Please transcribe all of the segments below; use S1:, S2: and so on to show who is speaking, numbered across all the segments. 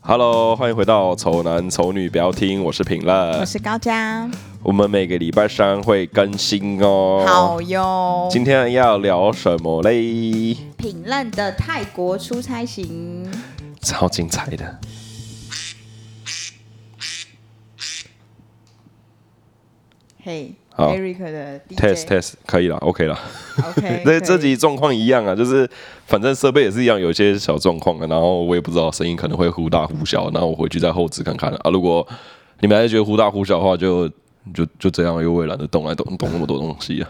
S1: Hello，欢迎回到《丑男丑女》，不要听，我是品乐
S2: 我。是高佳，
S1: 我们每个礼拜三会更新哦。
S2: 好，哟。
S1: 今天要聊什么嘞？
S2: 品任的泰国出差行，
S1: 超精彩的。
S2: 嘿、
S1: 好
S2: e r i c 的 DJ
S1: Test test 可以了，OK 了。
S2: OK，
S1: 这这
S2: 可以
S1: 集状况一样啊，就是反正设备也是一样，有一些小状况啊，然后我也不知道声音可能会忽大忽小，然后我回去再后置看看啊。如果你们还是觉得忽大忽小的话，就就就这样，因为我也懒得动来动动那么多东西啊。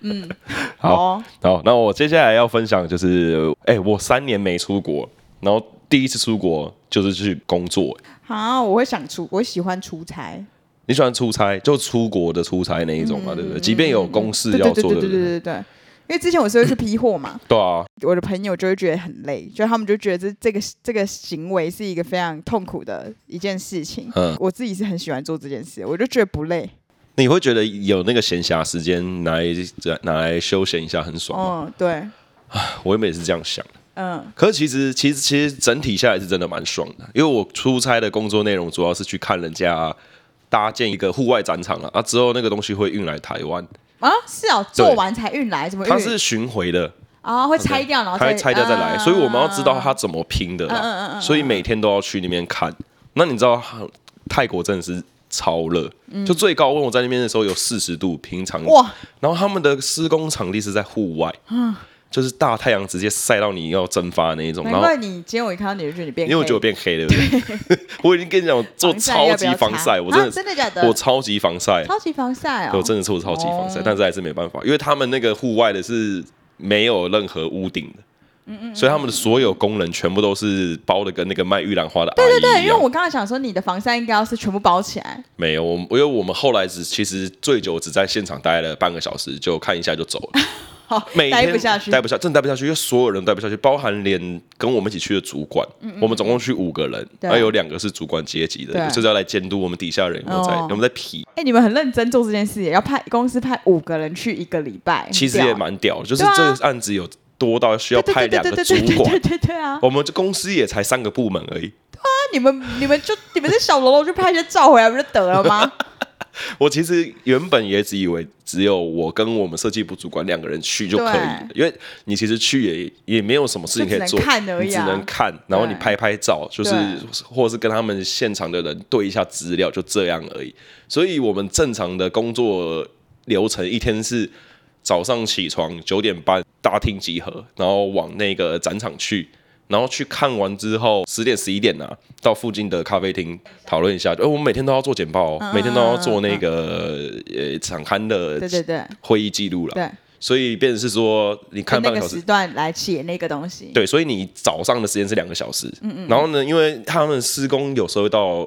S1: 嗯，好，
S2: 哦，
S1: 好，那我接下来要分享就是，哎、我三年没出国，然后第一次出国就是去工作。
S2: 好，我会想出，我喜欢出差，
S1: 你喜欢出差，就出国的出差那一种嘛，对不对？即便有公事
S2: 嗯对
S1: 要
S2: 对对
S1: 做
S2: 对
S1: 的，
S2: 对对对对，因为之前我是会去批货嘛，
S1: 对啊，
S2: 我的朋友就会觉得很累，就他们就觉得这这个这个行为是一个非常痛苦的一件事情。
S1: 嗯
S2: 我自己是很喜欢做这件事，我就觉得不累，
S1: 你会觉得有那个闲暇时间拿来拿来休闲一下，很爽吗？
S2: 嗯，对，
S1: 我原本也是这样想的。
S2: 嗯，
S1: 可是其实其实其实整体下来是真的蛮爽的，因为我出差的工作内容主要是去看人家搭建一个户外展场了啊，之后那个东西会运来台湾，
S2: 啊，是哦，
S1: 对
S2: 做完才运来，怎么运？
S1: 它是巡回的，
S2: 啊，会拆掉，然后
S1: 它
S2: 再
S1: 会拆掉再来，所以我们要知道
S2: 啊
S1: 它怎么拼的
S2: 嗯嗯嗯
S1: 啦，
S2: 嗯
S1: 所以每天都要去那边看。那你知道泰国真的是超热，就最高温我在那边的时候有四十度，平常
S2: 嗯哇，啊
S1: 然后他们的施工场地是在户外，就是大太阳直接晒到你要蒸发的那一种，
S2: 难
S1: 然后
S2: 怪你今天我一看到你就觉得你变
S1: 因
S2: 黑，
S1: 为我觉得我变黑了，对不对 我已经跟你讲，我做
S2: 防晒
S1: 超
S2: 要不
S1: 级
S2: 要
S1: 防
S2: 擦
S1: 晒，我
S2: 啊
S1: 真的
S2: 真的假的？
S1: 我超级防晒，
S2: 超级防晒
S1: 我
S2: 哦，
S1: 真的是我超级防晒
S2: 哦，
S1: 但是还是没办法，因为他们那个户外的是没有任何屋顶的。
S2: 嗯
S1: 所以他们的所有工人全部都是包的跟那个卖玉兰花的阿
S2: 对对，
S1: 姨一
S2: 因为
S1: 样，
S2: 我刚才想说你的防晒应该要是全部包起来，
S1: 没有我们，因为我们后来只其实最久只在现场待了半个小时，就看一下就走了。
S2: 好，
S1: 每天
S2: 待不下去，
S1: 待不下，真的待不下去，因为所有人都待不下去，包含连跟我们一起去的主管，我们总共去五个人，
S2: 嗯对
S1: 那有两个是主管阶级的，
S2: 对
S1: 就是要来监督我们底下人有没有在，
S2: 哦
S1: 有没有在皮。
S2: 哎，你们很认真做这件事，也要派公司派五个人去一个礼拜，
S1: 其实
S2: 很
S1: 也
S2: 屌
S1: 蛮屌，就是
S2: 对啊
S1: 这个案子有多到需要
S2: 对
S1: 派
S2: 对
S1: 两
S2: 对对
S1: 个
S2: 对
S1: 主
S2: 对对对
S1: 管。
S2: 对对啊！
S1: 我们这公司也才三个部门而已。
S2: 那你们你们就你们在小喽啰就拍一些照回来不就得了 吗？
S1: 我其实原本也只以为只有我跟我们设计部主管两个人去就可以了，因为你其实去也也没有什么事情可以做，
S2: 就只能看而
S1: 你
S2: 已
S1: 只
S2: 啊
S1: 能看，然后你拍拍照，就是或是跟他们现场的人对一下资料，就这样而已。所以我们正常的工作流程一天是早上起床九点半大厅集合，然后往那个展场去。然后去看完之后，十点十一点呐、到附近的咖啡厅讨论一下。呃，我们每天都要做简报、哦，
S2: 嗯
S1: 每天都要做那个、呃场刊的
S2: 对对对
S1: 会议记录了。
S2: 对，
S1: 所以变成是说，你啊看
S2: 那
S1: 半个
S2: 个
S1: 小
S2: 时
S1: 时，
S2: 段来写那个东西，
S1: 对，所以你早上的时间是两个小时。
S2: 嗯
S1: 然后呢，因为他们施工有时候会到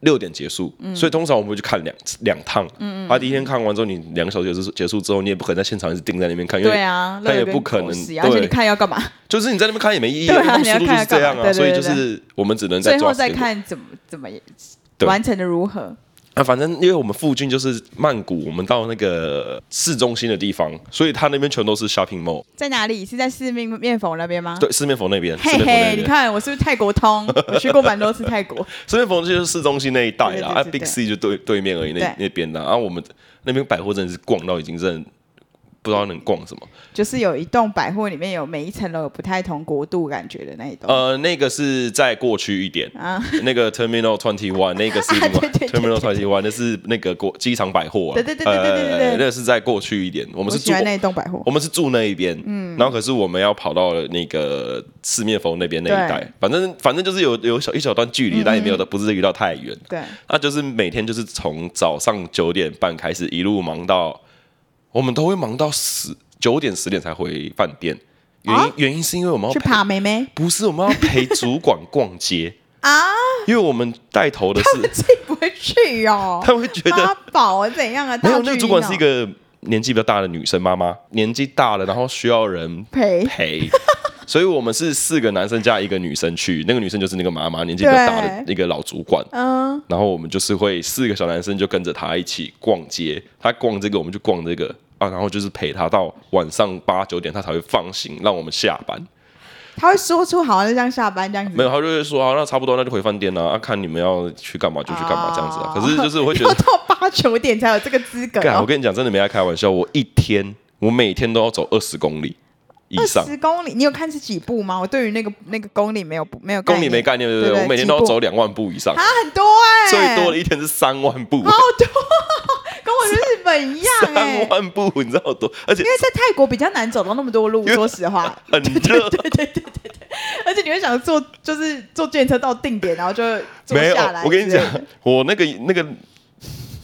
S1: 六点结束，
S2: 嗯
S1: 所以通常我们会去看两两趟。嗯嗯。啊，第一天看完之后，你两个小时结束结束之后，你也不可能在现场一直盯在那边看，因为
S2: 对啊，
S1: 他也
S2: 乐园
S1: 不可
S2: 狗
S1: 能
S2: 屎啊而且
S1: 对
S2: 你看要干嘛？
S1: 就是你在那边看也没意义，
S2: 对
S1: 因
S2: 啊
S1: 为他们
S2: 你
S1: 速
S2: 要
S1: 度就是
S2: 看要
S1: 这样
S2: 干
S1: 啊。
S2: 嘛
S1: 所以就
S2: 对对
S1: 是我们只能在
S2: 最后
S1: 抓
S2: 再
S1: 时间
S2: 看怎么怎么
S1: 对
S2: 完成的如何。
S1: 啊，反正因为我们附近就是曼谷，我们到那个市中心的地方，所以它那边全都是 shopping mall，、
S2: 在哪里？是在四面面缝那边吗？
S1: 对，四面佛那边，四
S2: 嘿
S1: 面佛那
S2: 嘿，你
S1: 边，
S2: 看我是不是泰 国通？我去过蛮多次泰国。
S1: 四面佛就是市中心那一带啦，啊
S2: 对对对
S1: ，Big
S2: 对
S1: C 就对对面而已，那
S2: 对
S1: 那边的，啊，我们那边百货真的是逛到已经真的不知道能逛什么，
S2: 就是有一栋百货里面有每一层楼有不太同国度感觉的那一栋。
S1: 呃，那个是再过去一点，
S2: 哦啊，
S1: 那个 Terminal Twenty One，那个是什么
S2: 啊对对对
S1: Terminal Twenty One，那是那个国机场百货啊，
S2: 对对对对对对对对
S1: 呃那个是再过去一点，我
S2: 我
S1: 们是
S2: 喜
S1: 住
S2: 欢那一栋百货。
S1: 我们是住那一边，嗯，然后可是我们要跑到那个四面佛那边那一带
S2: 对，嗯
S1: 反正反正就是有有小一小段距离，但也没有到不至于到太远。
S2: 对，
S1: 那就是每天就是从早上九点半开始，一路忙到我们都会忙到十九点十点才回饭店。原因、
S2: 啊
S1: 原因是因为我们要
S2: 去
S1: 陪
S2: 爬妹妹
S1: 不是我们要陪主管逛街，
S2: 啊，
S1: 因为我们带头的
S2: 我
S1: 是
S2: 自己不会去哦。
S1: 他会觉得
S2: 妈宝啊怎样啊？
S1: 没有
S2: 大巨婴
S1: 那
S2: 哦
S1: 个主管是一个年纪比较大的女生妈妈，年纪大了然后需要人
S2: 陪
S1: 陪。所以我们是四个男生加一个女生去，那个女生就是那个妈妈，年纪比较大的
S2: 对
S1: 一个老主管。
S2: 嗯，
S1: 然后我们就是会四个小男生就跟着她一起逛街，她逛这个我们就逛这个啊，然后就是陪她到晚上八九点，她才会放行让我们下班。
S2: 他会说出好像就像下班这样子，
S1: 没有，他就会说啊，那差不多，那就回饭店啦、啊，看你们要去干嘛就去干嘛这样子啊。可是就是我会觉
S2: 要
S1: 得，
S2: 到八九点才有这个资格、
S1: 干，我
S2: 哦，
S1: 跟你讲，真的没在开玩笑，我一天我每天都要走二十公里以上，
S2: 十公里，你有看是几步吗？我对于那个那个公里没有不没有
S1: 公里没概念，对不对？
S2: 对对
S1: 我每天
S2: 几
S1: 都要
S2: 步
S1: 走两万步以上
S2: 啊，，很多哎、
S1: 最多的一天是三万步，
S2: 好多，跟我去日本一样哎、
S1: 三万步，你知道有多？而且
S2: 因为在泰国比较难走到那么多路，
S1: 因为
S2: 说实话，
S1: 很热，
S2: 而且你会想坐，就是坐电车到定点，然后就坐
S1: 没有
S2: 下来。，
S1: 我跟你讲，，我那个那个。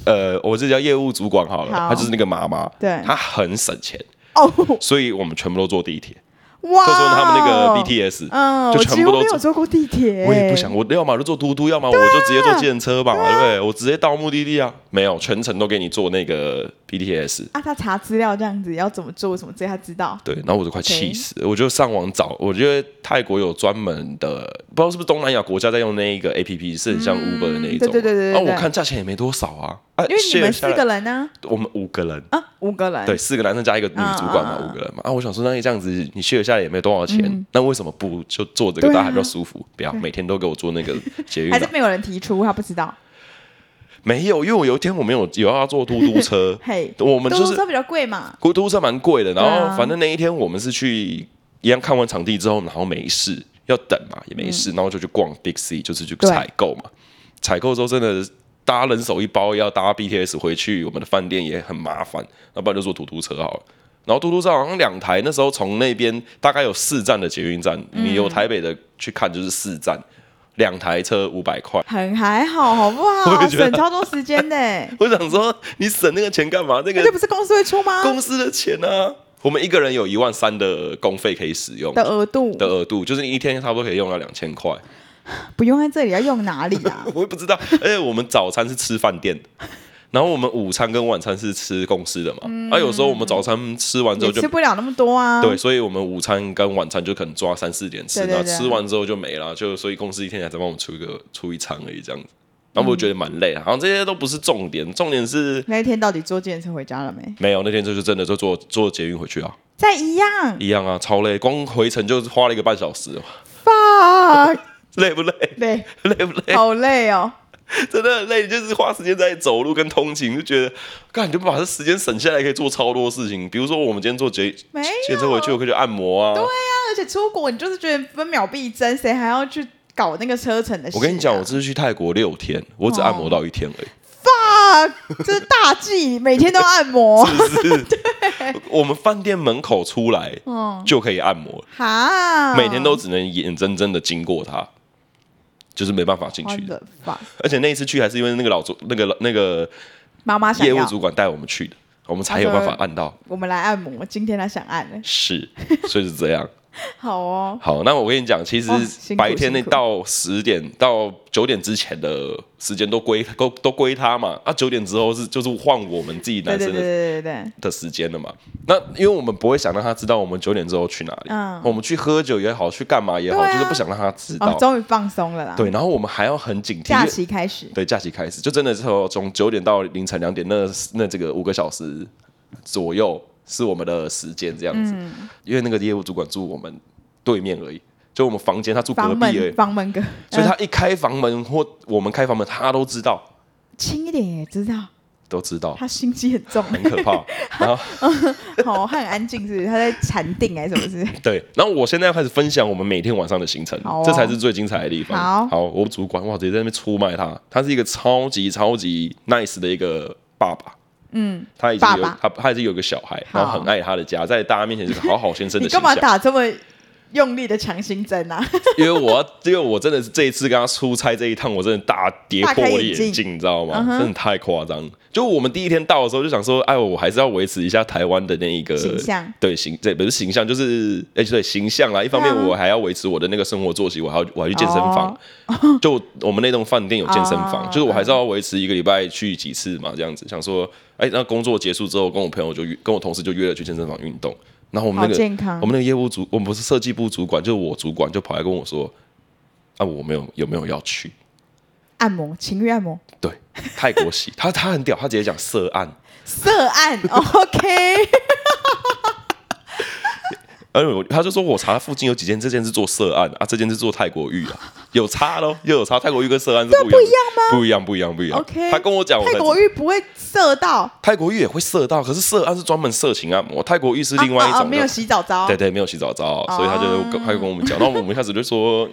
S1: 呃，我这叫业务主管好了，
S2: 好
S1: 她就是那个妈妈，
S2: 对
S1: 她很省钱，
S2: 哦，
S1: 所以我们全部都坐地铁，
S2: 哇，哦
S1: 就 坐他们那个 BTS，
S2: 嗯，
S1: 就
S2: 我
S1: 全
S2: 几
S1: 部
S2: 乎
S1: 都
S2: 没有
S1: 坐。
S2: 坐啊过地铁，
S1: 我也不想，。我要么就坐嘟嘟，要么我就直接坐计程车吧，对不对？我直接到目的地啊，没有，全程都给你坐那个 BTS。
S2: 啊，他查资料这样子要怎么做什么这些他知道。
S1: 对，然后我就快气死了，我就上网找，我觉得泰国有专门的，不知道是不是东南亚国家在用那一个 A P P，是很像 Uber 的那一种嘛。
S2: 嗯对对对对对
S1: 然后
S2: 对
S1: 我看价钱也没多少啊，啊，
S2: 因为你们
S1: share 下
S2: 四
S1: 来
S2: 个人呢、
S1: 我们五个人，
S2: 啊，五个人，
S1: 对，，四个男生加一个女主管嘛，
S2: 嗯嗯嗯嗯
S1: 五个人嘛。啊，我想说，那这样子你 share 下来也没多少钱，那为什么不就做这个，
S2: 对啊
S1: 大家比较舒服？不要每天都给我做那 个捷运
S2: 还是
S1: 啊，
S2: 没有人提出，他不知道。
S1: 没有，因为我有一天我们有有要坐嘟嘟车
S2: 嘿，
S1: 我们就
S2: 嘟嘟
S1: 是
S2: 车比较贵嘛，
S1: 嘟嘟车蛮贵的，然
S2: 对
S1: 后
S2: 啊
S1: 反正那一天我们是去一样看完场地之后，然后没事要等嘛，也没事，然后就去逛 Big C，就是去
S2: 嗯对
S1: 采购嘛。采购之后真的大家人手一包，要搭 BTS 回去我们的饭店也很麻烦，要不然就坐嘟嘟车好了。然后嘟嘟车好像两台，那时候从那边大概有四站的捷运站，你由台北的去看就是四站，两台车五百块。
S2: 很还好，好 不
S1: 我也
S2: 好？
S1: 觉得
S2: 省超多时间 的、
S1: 我想说，你省那个钱干嘛？那个
S2: 那这不是公司会出吗？
S1: 公司的钱啊。我们一个人有一万三的公费可以使用
S2: 的额度
S1: 的额度，就是你一天差不多可以用到两千块。
S2: 不用在这里，要用哪里啊？
S1: 我也不知道，而且我们早餐是吃饭店的，然后我们午餐跟晚餐是吃公司的嘛。啊，有时候我们早餐吃完之后
S2: 嗯也
S1: 就
S2: 吃不了那么多啊。
S1: 对，所以我们午餐跟晚餐就可能抓三四点吃，
S2: 对对
S1: 然后
S2: 对
S1: 吃完之后就没了，就所以公司一天才帮我们出一个出一餐而已这样子。
S2: 嗯
S1: 然后我就觉得蛮累的，好像这些都不是重点，重点是
S2: 那一天到底坐电车回家了没？
S1: 没有那天就是真的就坐坐捷运回去啊，
S2: 再一 样
S1: 一样啊，超累，光回程就花了一个半小时，
S2: ，fuck，
S1: 累不累？
S2: 累，
S1: 累不累？
S2: 好累哦。
S1: 真的很累，就是花时间在走路跟通勤，就觉得，干，你就把这时间省下来，可以做超多事情。比如说，我们今天坐捷
S2: 没
S1: 捷车回去，我可以去按摩啊。
S2: 那而且出国你就是觉得分秒必争，谁还要去搞那个车程的事、啊？
S1: 我跟你讲，我这次去泰国六天，我只按摩到一天而已。
S2: 啊， 这是大忌，每天都按 摩。
S1: 我们饭店门口出来
S2: 啊嗯，
S1: 就可以按摩，
S2: 哈，
S1: 每天都只能眼睁睁的经过它，就是没办法进去的。
S2: 的吧？
S1: 而且那一次去还是因为那个老主、那个那个
S2: 妈妈想
S1: 业务
S2: 要，
S1: 主管带我们去的，我们才有办法
S2: 他说
S1: 按到。
S2: 我们来按摩。今天她想按了，
S1: 是，所以是这样。
S2: 好哦，
S1: 好，那我跟你讲，其实
S2: 哦辛苦
S1: 白天那
S2: 辛苦
S1: 到十点到九点之前的时间都归都都归他嘛，啊，九点之后是就是换我们自己
S2: 对
S1: 男
S2: 对
S1: 生
S2: 对
S1: 的
S2: 对对对，
S1: 的时间了嘛。那因为我们不会想让他知道我们九点之后去哪里，
S2: 嗯
S1: 我们去喝酒也好，去干嘛也好，
S2: 对啊
S1: 就是不想让他知道。
S2: 哦，终于放松了啦。
S1: 对，然后我们还要很警惕，
S2: 假
S1: 因为
S2: 期开始，
S1: 对假期开始，就真的是从九点到凌晨两点那那这个五个小时左右是我们的时间这样子，
S2: 嗯
S1: 因为那个业务主管住我们对面而已，就我们房间他住隔
S2: 房
S1: 壁而已
S2: 门，房门哥，
S1: 所以
S2: 嗯
S1: 他一开房门或我们开房门，他都知道，
S2: 轻一点也知道，
S1: 都知道，
S2: 他心机很重，
S1: 很可怕。然后
S2: 哦，他很安静，是不是？他在禅 定还是什么事？
S1: 对，然后我现在要开始分享我们每天晚上的行程，
S2: 好哦
S1: 这才是最精彩的地方。
S2: 好
S1: 我主管哇，直接在那边出卖他，他是一个超级超级 nice 的一个爸爸。嗯，他已经有
S2: 爸爸
S1: 他他已经有个小孩，
S2: 好
S1: 然后很爱他的家，在大家面前是个好好先生
S2: 你
S1: 的形
S2: 干嘛
S1: 象。
S2: 打这么用力的强心针啊？
S1: 因为我要因为我真的是这一次跟他出差这一趟，我真的大跌破我的眼镜，你知道吗？
S2: 嗯
S1: 真的太夸张。就我们第一天到的时候就想说，哎，我还是要维持一下台湾的那一个
S2: 形象，
S1: 对形，这不是形象，就是哎、对形象啦。一方面
S2: 对啊
S1: 我还要维持我的那个生活作息，我还要我还去健身房。就我们那栋饭店有健身房，
S2: 哦
S1: 就是我还是要维持一个礼拜去几次嘛，这样子。想说，哎、那工作结束之后，跟我朋友就约，跟我同事就约了去健身房运动。然后我们那
S2: 好
S1: 个
S2: 健康
S1: 我们那个业务主，我们不是设计部主管，就是我主管就跑来跟我说，啊，我没有有没有要去？
S2: 按摩，情欲按摩，
S1: 对，泰国洗， 他他很屌，他直接讲
S2: 哦
S1: 涉案，
S2: 色按，OK，
S1: 而我哎他就说我查附近有几间，这间是做涉案啊，这间是做泰国浴啊，有差咯，又有差，泰国浴跟涉案是不一样的，不一样，不一样，不一样。
S2: OK
S1: 他跟我讲，我才
S2: 泰
S1: 知
S2: 国浴不会射到，啊
S1: 泰国浴也会涉到，可是涉案是专门色情按摩，泰国浴是另外一
S2: 啊啊啊
S1: 种
S2: 没
S1: 的
S2: 有洗澡澡。哦
S1: 对对，没有洗澡澡，所以他就跟他就跟我们讲，那我们一开始就说，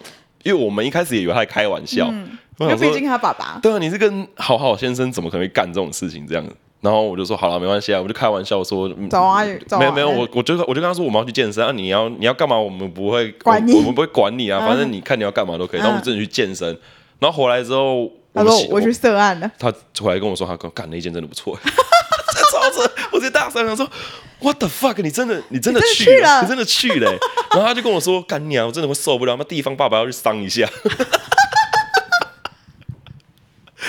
S1: 因为我们一开始也以为他在开玩笑，我
S2: 嗯因
S1: 想
S2: 为
S1: 说
S2: 毕竟他爸爸，
S1: 对啊，你这个好好先生怎么可能会干这种事情这样？然后我就说好了，没关系啊，我就开玩笑说，嗯
S2: 走啊走啊
S1: 没有没有，我我就我就跟他说我们要去健身啊，你要你要干嘛，我们不会
S2: 管你
S1: 我们不会管你啊，
S2: 嗯
S1: 反正你看你要干嘛都可以。
S2: 嗯
S1: 然后我们真的去健身，然后回来之后，
S2: 他
S1: 们
S2: 说
S1: 洗
S2: 我去涉案了，
S1: 他回来跟我说，他跟干那一间真的不错， 超扯！我直接大声想说，What the fuck！你真的你真的
S2: 你真的
S1: 去
S2: 去了
S1: 你真的去了 欸、然后他就跟我说，干娘，我真的会受不了，那地方爸爸要去伤一下。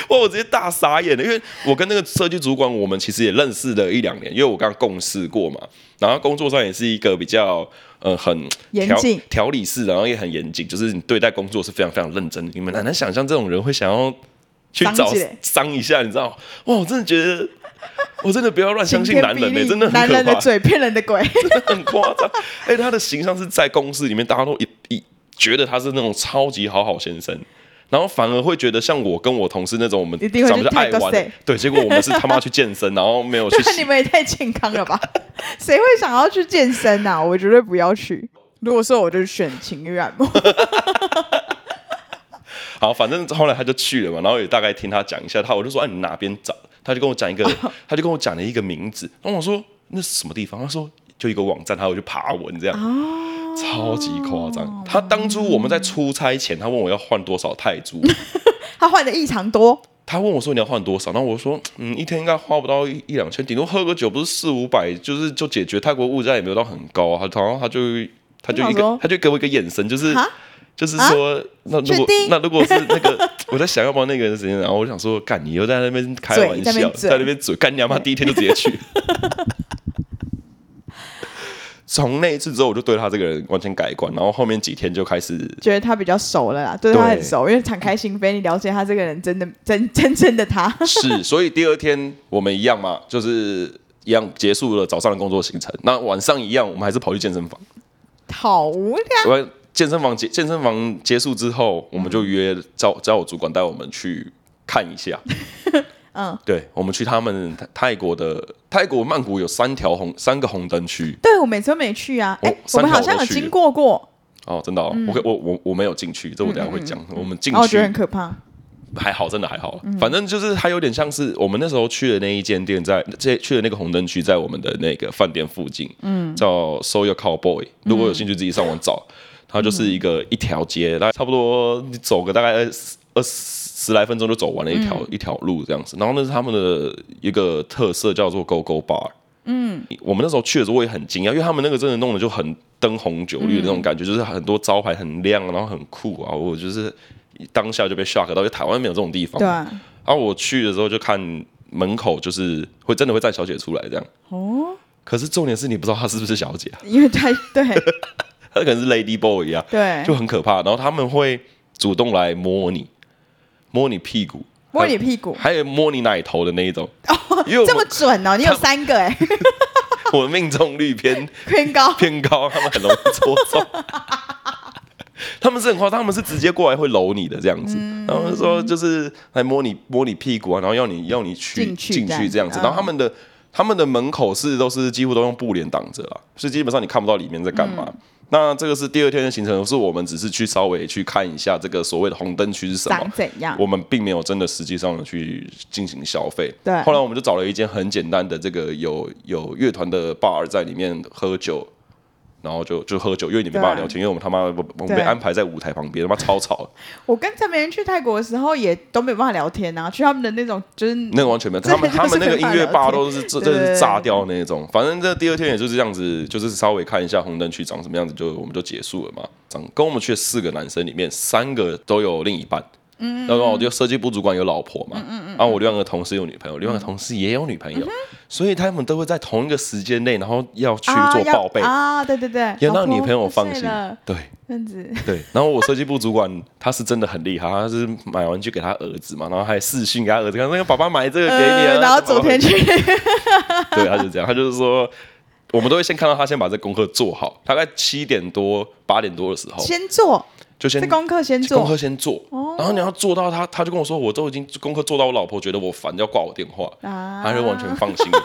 S1: 哇！我直接大傻眼了，因为我跟那个设计主管，我们其实也认识了一两年，因为我刚共事过嘛。然后工作上也是一个比较呃很
S2: 严
S1: 条
S2: 谨
S1: 条理式的，然后也很严谨，就是你对待工作是非常非常认真的。你们很难想象这种人会想要去
S2: 伤
S1: 找
S2: 起来
S1: 伤一下，你知道吗？哇，我真的觉得， 我真的不要乱相信
S2: 晴
S1: 男
S2: 天
S1: 人
S2: 霹
S1: 呢、
S2: 雳
S1: 真的很
S2: 男
S1: 可
S2: 人的
S1: 怕，
S2: 嘴骗人的鬼，
S1: 很夸张。哎、他的形象是在公司里面，大家都一一觉得他是那种超级好好先生。然后反而会觉得像我跟我同事那种，我们
S2: 一定会
S1: 咱们
S2: 去
S1: 是爱
S2: 泰国
S1: 玩
S2: stay，
S1: 对，结果我们是他妈去健身，然后没 有去
S2: 对你们也太健康了吧？ 谁会想要去健身呐、啊？我绝对不要去。如果说我就选情欲按摩，
S1: 好，反正后来他就去了嘛，然后也大概听他讲一下，他我就说，哎、你哪边找？他就跟我讲一个，他就跟我讲了一个名字，然后我说那是什么地方？他说就一个网站，他会去爬文这样，超级夸张。他当初我们在出差前，他问我要换多少泰铢，
S2: 他换的异常多，
S1: 他问我说你要换多少，然后我说嗯，一天应该花不到一一两千，顶多喝个酒不是四五百，就是就解决。泰国物价也没有到很高啊，他然后他就他就一
S2: 我想说
S1: 个他就给我一个眼神，就是
S2: 哈
S1: 就是说、那如
S2: 确
S1: 果
S2: 定
S1: 那如果是那个 我在想要不要那个人时间，然后我想说干你又在那边开
S2: 嘴
S1: 玩
S2: 在那
S1: 笑，
S2: 边嘴
S1: 在那边嘴干你娘妈第一天就直接去。 从那一次之后，我就对他这个人完全改观，然后后面几天就开始
S2: 觉得他比较熟了啦，对他很熟，因为敞开心扉，你了解他这个人真的 真真正的他。
S1: 是，所以第二天我们一样嘛，就是一样结束了早上的工作行程。那晚上一样，我们还是跑去健身房。
S2: 好无聊，
S1: 我健身房结健身房结束之后，我们就约叫叫我主管带我们去看一 下。嗯，对，我们去他们泰泰国的泰国曼谷有三条红三个红灯区
S2: 对我每次都没去啊，哎、
S1: 哦
S2: 我
S1: 三
S2: 们
S1: 条
S2: 好像有
S1: 我都去
S2: 经过过，
S1: 哦，真的、哦，
S2: 嗯
S1: 我可我我我没有进去，这我等一下会讲。我们进
S2: 然后我嗯哦觉
S1: 去
S2: 得很可怕。嗯
S1: 还好，真的还好。反正就是它有点像是我们那时候去的那一间店在，这去的那个红灯区，在我们的那个饭店附近，嗯，叫 Soya Cowboy。如果有兴趣，自己上网找。它就是一个一条街，大概差不多你走个大概二十来分钟就走完了一条、一条路这样子。然后那是他们的一个特色，叫做 Go Go Bar。嗯，我们那时候去的时候我也很惊讶，因为他们那个真的弄的就很灯红酒绿的那种感觉，就是很多招牌很亮，然后很酷啊。我就是当下就被 shock 到，因为台湾没有这种地方。
S2: 对、啊，
S1: 然后我去的时候就看门口，就是会真的会站小姐出来这样。哦。可是重点是你不知道她是不是小姐啊，
S2: 因为他 对
S1: 她可能是 lady boy 一样，
S2: 对
S1: 就，很可怕。然后他们会主动来摸你，摸你屁股，
S2: 摸你屁股，
S1: 还有摸你奶头的那一种。哦，因为
S2: 这
S1: 我
S2: 么
S1: 们
S2: 准哦，你有三个哎、
S1: 我的命中率偏
S2: 偏高。
S1: 偏高，他们很容易戳中。 他们是很夸张，他们是直接过来会揉你的这样子，
S2: 嗯
S1: 然后说就是来摸你摸你屁股啊，然后要你要你去
S2: 进去
S1: 这
S2: 这样
S1: 样子，
S2: 嗯
S1: 然后他们的、他们的门口是都是几乎都用布帘挡着了，所以基本上你看不到里面在干嘛。
S2: 嗯
S1: 那这个是第二天的行程，是我们只是去稍微去看一下这个所谓的红灯区是什么
S2: 长，怎样？
S1: 我们并没有真的实际上的去进行消费。
S2: 对
S1: 后来我们就找了一间很简单的这个有有乐团的 bar 在里面喝酒，然后就就喝酒，因为你没办法
S2: 对
S1: 聊天，因为我们他妈我我们
S2: 对
S1: 被安排在舞台旁边，他妈超 吵，
S2: 我跟陈美人去泰国的时候也都没有办法聊天啊，去他们的那种就是
S1: 那个完全没有。他们
S2: 这就是
S1: 他们那个
S2: 没
S1: 音
S2: 办法
S1: 乐吧
S2: 聊天
S1: 都是真
S2: 对
S1: 真的是炸掉那种。反正这第二天也就是这样子，就是稍微看一下红灯区长什么样子，就我们就结束了嘛。长跟我们去的四个男生里面，三个都有另一半。嗯，然后我就设计部主管有老婆嘛，嗯嗯然后我另外一个同事有女朋
S2: 嗯
S1: 友，另外一个同事也有女朋友，所以他们都会在同一个时间内，然后要去
S2: 啊
S1: 做
S2: 要
S1: 报备，
S2: 啊，对对对，
S1: 要让
S2: 老婆
S1: 女朋友放
S2: 我
S1: 心
S2: 睡了。
S1: 对，
S2: 这样子，
S1: 对，然后我设计部主管他是真的很厉害，他是买玩具给他儿子嘛，然后还视讯给他儿
S2: 呃
S1: 子，看那个爸爸买这个给你啊，
S2: 呃，然后昨天去，
S1: 对，他就这样，他就是说。我们都会先看到他先把这功课做好，大概七点多八点多的时候，
S2: 先做，
S1: 就先
S2: 这功课先
S1: 功课
S2: 做，哦
S1: 先做，然后你要做到他，他就跟我说，我都已经功课做到，我老婆觉得我烦，要挂我电话，
S2: 啊
S1: 他就完全放心了。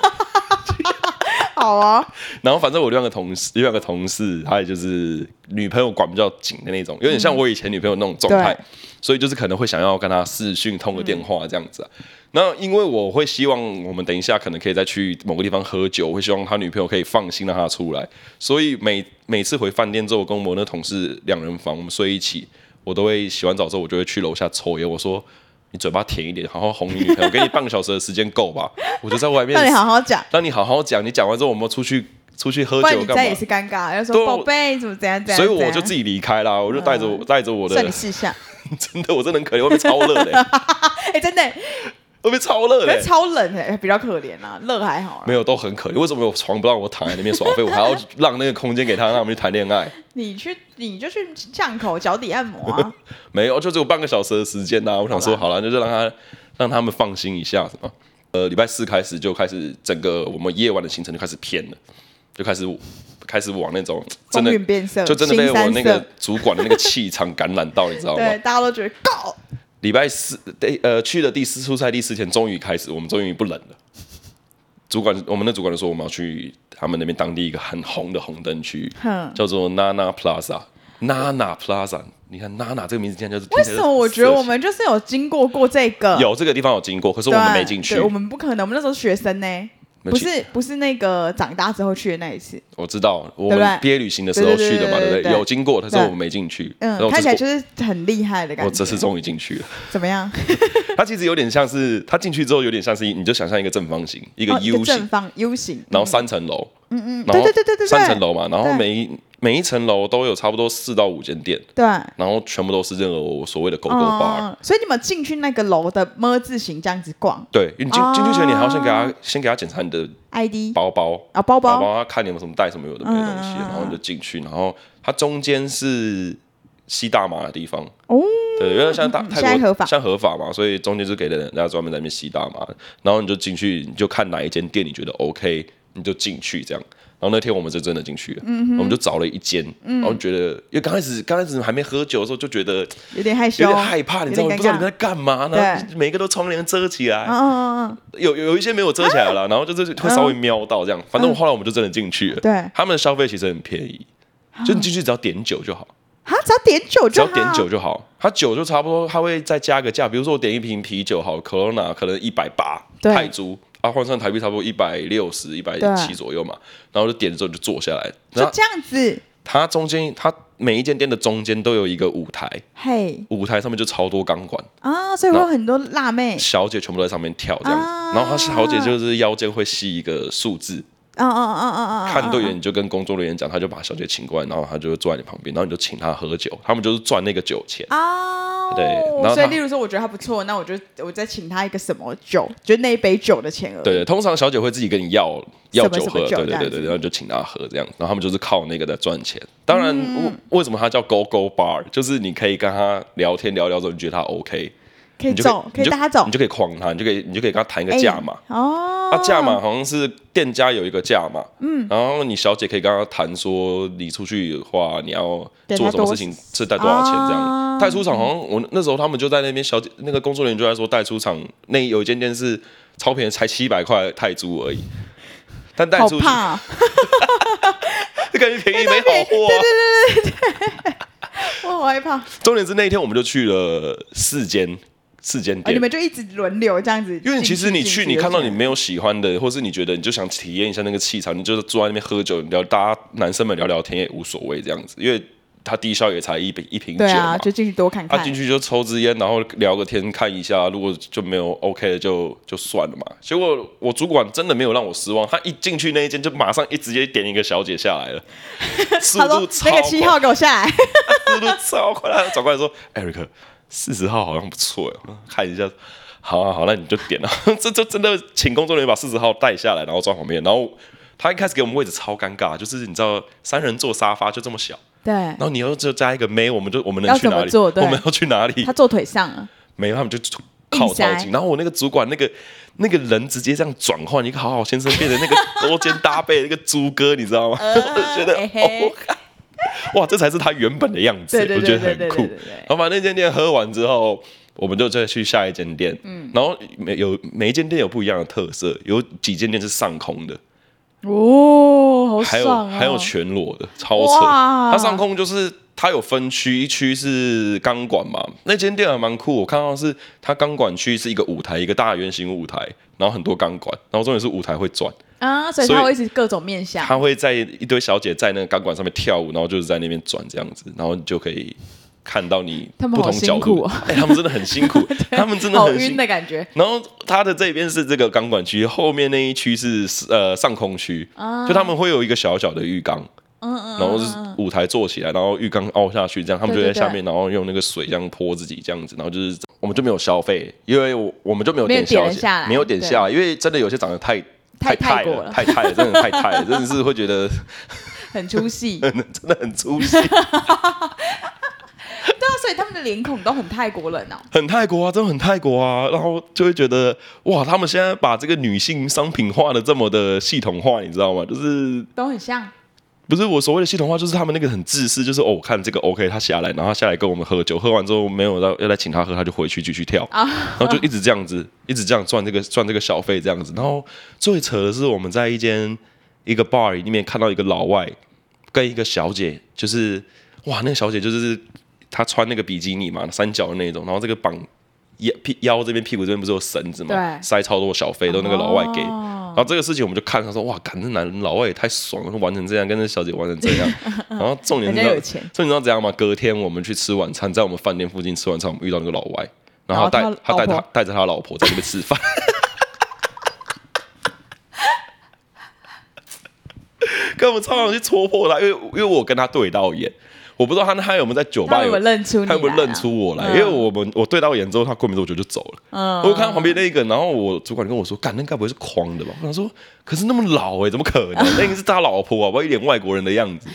S2: 好啊，
S1: 然后反正我另外一个同事，另外一个同事，他也就是女朋友管比较紧的那种，有点像我以前女朋友那种状态，
S2: 嗯对嗯
S1: 所以就是可能会想要跟他视讯通个电话这样子、啊。那因为我会希望我们等一下可能可以再去某个地方喝酒，我会希望他女朋友可以放心让他出来，所以每每次回饭店之后，我跟我那同事两人房，我们睡一起，我都会洗完澡之后，我就会去楼下抽烟。我说你嘴巴甜一点，好好哄你女朋友，给你半个小时的时间够吧？我就在外面
S2: 那你好好讲，
S1: 让你好好讲，你讲完之后我们出去出去喝
S2: 不然
S1: 酒
S2: 你
S1: 干
S2: 再也
S1: 嘛
S2: 是？尴尬，要
S1: 对
S2: 说
S1: 我
S2: 宝贝怎么怎样怎样，
S1: 所以我就自
S2: 怎样
S1: 己离开啦，我就带着我带着我的
S2: 算，你事项，
S1: 真的我真的很可怜，外面超热的、欸，
S2: 哎，真的，
S1: 外面超热的、
S2: 可是
S1: 欸，
S2: 超冷哎，比较可怜啦，热还好啊啦
S1: 没，有都很可怜。为什么我床不让我躺在那边耍废，我还要让那个空间给他，让我们去谈恋爱？
S2: 你去你就去巷口脚底按摩啊，
S1: 没有，就只有半个小时的时间呐、我想说，好了，那就让他让他们放心一下，什么？呃，礼拜四开始就开始整个我们夜晚的行程就开始偏了，就开始开始往那种 真
S2: 风
S1: 的
S2: 云变色，
S1: 就真的被
S2: 新
S1: 我
S2: 三
S1: 那
S2: 色
S1: 个主管的那个气场感染到，你知道吗？
S2: 对，大家都觉得够，
S1: 礼拜四，对，呃，去了第四出差第四天，终于开始，我们终于不冷了。主管，我们的主管就说我们要去他们那边当地一个很红的红灯区
S2: 哼，
S1: 叫做 Nana Plaza。Nana Plaza，你看 Nana 这个名字竟然就是
S2: 为什么我觉得我们就是有经过过这个？
S1: 有这个地方有经过，可是
S2: 对，
S1: 我们没进去
S2: 对。我们不可能，我们那时候学生呢，
S1: 没
S2: 不
S1: 进
S2: 是不是那个长大之后去的那一次，
S1: 我知道我
S2: 对不
S1: 们
S2: 对
S1: 毕业旅行的时候
S2: 对对
S1: 去
S2: 对
S1: 的嘛，
S2: 对
S1: 对不
S2: 对
S1: 对？有经过，但是
S2: 对
S1: 我们没进去。然后
S2: 嗯，
S1: 我
S2: 看起来
S1: 这次
S2: 就是很厉害的感觉。
S1: 我这次终于进去了。
S2: 怎么样？
S1: 它其实有点像是，它进去之后有点像是，你就想象一个正方形，一个
S2: 哦
S1: U 型
S2: 正，方 U 型，
S1: 然后三层楼，嗯嗯，
S2: 对对对对对
S1: 三层楼嘛，然后
S2: 对
S1: 每一每一层楼都有差不多四到五间店，
S2: 对，
S1: 然后全部都是任何所谓的狗狗 bar。
S2: 哦，所以你们进去那个楼的么字形这样子逛
S1: 对，你进
S2: 哦
S1: 进去前，你还要先给他先给他检查你的
S2: ，ID
S1: 包包，
S2: 啊包
S1: 包
S2: 包，
S1: 包，他看你有没有什么带什么有的没的东西，
S2: 嗯嗯嗯嗯
S1: 然后你就进去，然后它中间是吸大麻的地方
S2: 哦，
S1: 对，因为像 大
S2: 嗯嗯
S1: 泰
S2: 现在
S1: 国
S2: 合法
S1: 现在合法嘛，所以中间就给了人家专门在那边吸大麻，然后你就进去，你就看哪一间店你觉得 OK，你就进去这样。然后那天我们就真的进去了，
S2: 嗯
S1: 我们就找了一间，然后觉得，因为刚开始刚开始还没喝酒的时候就觉得
S2: 有点害羞，哦
S1: 有点害怕，你知道
S2: 有
S1: 吗？
S2: 点
S1: 不知道你
S2: 尴
S1: 们在
S2: 尬
S1: 干嘛，然后每个都窗帘遮起来，
S2: 嗯嗯嗯嗯，
S1: 有有有一些没有遮起来了，然后就是会稍微瞄到这样。反正我后来我们就真的进去了。
S2: 嗯对
S1: 他们的消费其实很便宜，就你进去只要点酒就好，
S2: 啊，只要点酒
S1: 只
S2: 就
S1: 要
S2: 好，
S1: 点酒就好。他酒就差不多，他会再加个价，比如说我点一瓶啤酒好，Corona 可能一百八
S2: 对
S1: 泰铢，啊换算台币差不多一百六十、一百七左右嘛。然后就点了之后就坐下来，然
S2: 就
S1: 后
S2: 这样子，
S1: 它中间它每一间店的中间都有一个舞台，
S2: 嘿
S1: 舞台上面就超多钢管，
S2: 啊，所以会有很多辣妹，
S1: 小姐全部都在上面跳这样子。
S2: 啊
S1: 然后她小姐就是腰间会系一个数字。
S2: 嗯嗯嗯嗯嗯嗯，
S1: 看对
S2: 嗯
S1: 眼你就跟工作人员讲，他就把小姐请过来，然后他就坐在你旁边，然后你就请他喝酒，他们就是赚那个酒钱。
S2: 哦，
S1: 对然后
S2: 所
S1: 他
S2: 以例如说，我觉得他不错，那我就我再请他一个什么酒，就那一杯酒的钱而已。
S1: 对，通常小姐会自己跟你要要酒
S2: 什么
S1: 喝，对
S2: 酒这
S1: 对
S2: 样
S1: 对
S2: 子
S1: 对，然后你就请他喝这样，然后他们就是靠那个在赚钱。当然，
S2: 嗯
S1: 为为什么它叫 Go Go Bar，就是你可以跟他聊天聊聊之后，你觉得他 OK，
S2: 可以
S1: 你就
S2: 走，可
S1: 你
S2: 以
S1: 就
S2: 带他走哎
S1: 你就可以诓他，你就可以你就可以跟他谈一个价嘛。
S2: 哦。
S1: 啊，价码好像是店家有一个价码，嗯，然后你小姐可以跟他谈说，你出去的话，你要
S2: 对
S1: 做
S2: 他
S1: 什么
S2: 多
S1: 事情是带多少钱这样。
S2: 啊
S1: 带出场好像我那时候他们就在那边，小姐那个工作人员就在说带出场那有一间店是超便宜，才七百块泰铢而已，但带
S2: 好
S1: 出去
S2: 怕、啊，
S1: 就感觉便宜 没好货、啊。
S2: 我好害 怕。哦
S1: 重点是那一天我们就去了四间四间
S2: 哦、
S1: 店
S2: 你。们就一直轮流这样子进去，
S1: 因为其实你
S2: 进
S1: 去，你看到你
S2: 进
S1: 没有喜欢的，或是你觉得你就想体验一下那个气场，你就是坐在那边喝酒，聊大家男生们聊聊天也无所谓这样子，因为他低消也才一瓶一瓶酒
S2: 对
S1: 嘛
S2: 啊，，就进去多看
S1: 他
S2: 看。
S1: 进去就抽支烟，然后聊个天看一下，如果就没有 OK 的就就算了嘛。结果我主管真的没有让我失望，他一进去那一间就马上一直接点一个小姐下 来了，速
S2: 他
S1: 度
S2: 说
S1: 超
S2: 那
S1: 快，
S2: 个七号给我下 来，
S1: 速度超快，他转过来说：“Eric，四十号好像不错哎，看一下。”好啊好好，那你就点了。 这就真的请工作人员把四十号带下来，然后坐在旁边。然后他一开始给我们位置超尴尬，就是你知道三人坐沙发就这么小，
S2: 对
S1: 然，后你又只有加一个妹，我们就我们能
S2: 要
S1: 去
S2: 怎么
S1: 哪里？
S2: 坐对
S1: 我们要去哪里
S2: 他？坐腿上了，啊
S1: 没有，他们就靠
S2: 硬塞
S1: 超近，然后我那个主管那个那个人直接这样转换，一个好好先生变成那个 勾肩搭背的那个猪哥，你知道吗？我就觉得
S2: 嘿嘿
S1: 哦，哇，这才是他原本的样子，
S2: 对对
S1: 我
S2: 对
S1: 觉得
S2: 对
S1: 很
S2: 对对
S1: 酷
S2: 对。对，
S1: 然后把那间店喝完之后，我们就再去下一间店。嗯，然后每有每一间店有不一样的特色，有几间店是上空的，
S2: 哦，好
S1: 还有、
S2: 爽哦！
S1: 还有全裸的，超扯。
S2: 哇
S1: 它上空就是它有分区，一区是钢管嘛，那间店还蛮酷。我看到是它钢管区是一个舞台，一个大圆形舞台，然后很多钢管，然后重点是舞台会转，
S2: 啊，所以
S1: 所以
S2: 他会一直各种面向，
S1: 它会在一堆小姐在那个钢管上面跳舞，然后就是在那边转这样子，然后你就可以。看到你
S2: 他们
S1: 不
S2: 好
S1: 同角
S2: 辛苦
S1: 度
S2: 哦啊
S1: 的，哎、他们真的很辛 苦，他们真的
S2: 好
S1: 很辛
S2: 晕
S1: 苦。
S2: 的感觉。
S1: 然后它的这边是这个钢管区，后面那一区是呃上空区，
S2: 啊
S1: 就他们会有一个小小的浴缸，
S2: 嗯
S1: 然后是舞台做起来，然后浴缸凹下去，这样他们就
S2: 对
S1: 在
S2: 对
S1: 下面，然后用那个水这样泼自己这样子，然后就是我们就没有消费，因为我我们就没有
S2: 没有
S1: 点消
S2: 点下来
S1: 没有点下来，因为真的有些长得太。
S2: 太
S1: 太
S2: 泰国
S1: 了，
S2: 了
S1: 太太了，真的太太了，真的是会觉得
S2: 很出 戏，对
S1: 真的很出戏，
S2: 啊，所以他们的脸孔都很泰国人哦。
S1: 很泰国啊，真的很泰国啊，然后就会觉得哇，他们现在把这个女性商品化的这么的系统化，你知道吗？就是
S2: 都很像，
S1: 不是我所谓的系统化，就是他们那个很自私，就是哦，我看这个 OK，他下来，然后他下来跟我们喝酒，喝完之后没有要要来请他喝，他就回去继续跳， 然后就一直这样子，一直这样赚这个赚这个小费这样子。然后最扯的是，我们在一间一个 bar 里面看到一个老外跟一个小姐，就是哇，那个小姐就是她穿那个比基尼嘛，三角的那种，然后这个绑腰屁腰这边屁股这边不是有绳子嘛，
S2: 对
S1: 塞超多小费都那个老外给。
S2: 哦
S1: 然后这个事情我们就看，他说哇，干这男人老外也太爽了，玩成这样，跟这小姐玩成这 样。然后重点
S2: 人
S1: 是你知
S2: 家
S1: 道
S2: 有钱
S1: 重点你知道怎样吗？隔天我们去吃晚餐，在我们饭店附近吃晚餐，我们遇到那个老外，然后他
S2: 然后
S1: 带他
S2: 他老
S1: 带
S2: 婆
S1: 他带着他老婆在那边吃饭。 跟我们超常去戳破他，因为因为我跟他对到眼，我不知道他他有没有在酒吧
S2: 他有没有认出你
S1: 他有没有
S2: 来啊
S1: 认出我来？
S2: 嗯
S1: 因为我们我对到眼之后，他过没多久就走了。
S2: 嗯
S1: 我就看到旁边那个，然后我主管跟我说：“干，那该不会是框的吧？”我想说：“可是那么老哎、怎么可能？那应该是他老婆好不好？一脸外国人的样子。”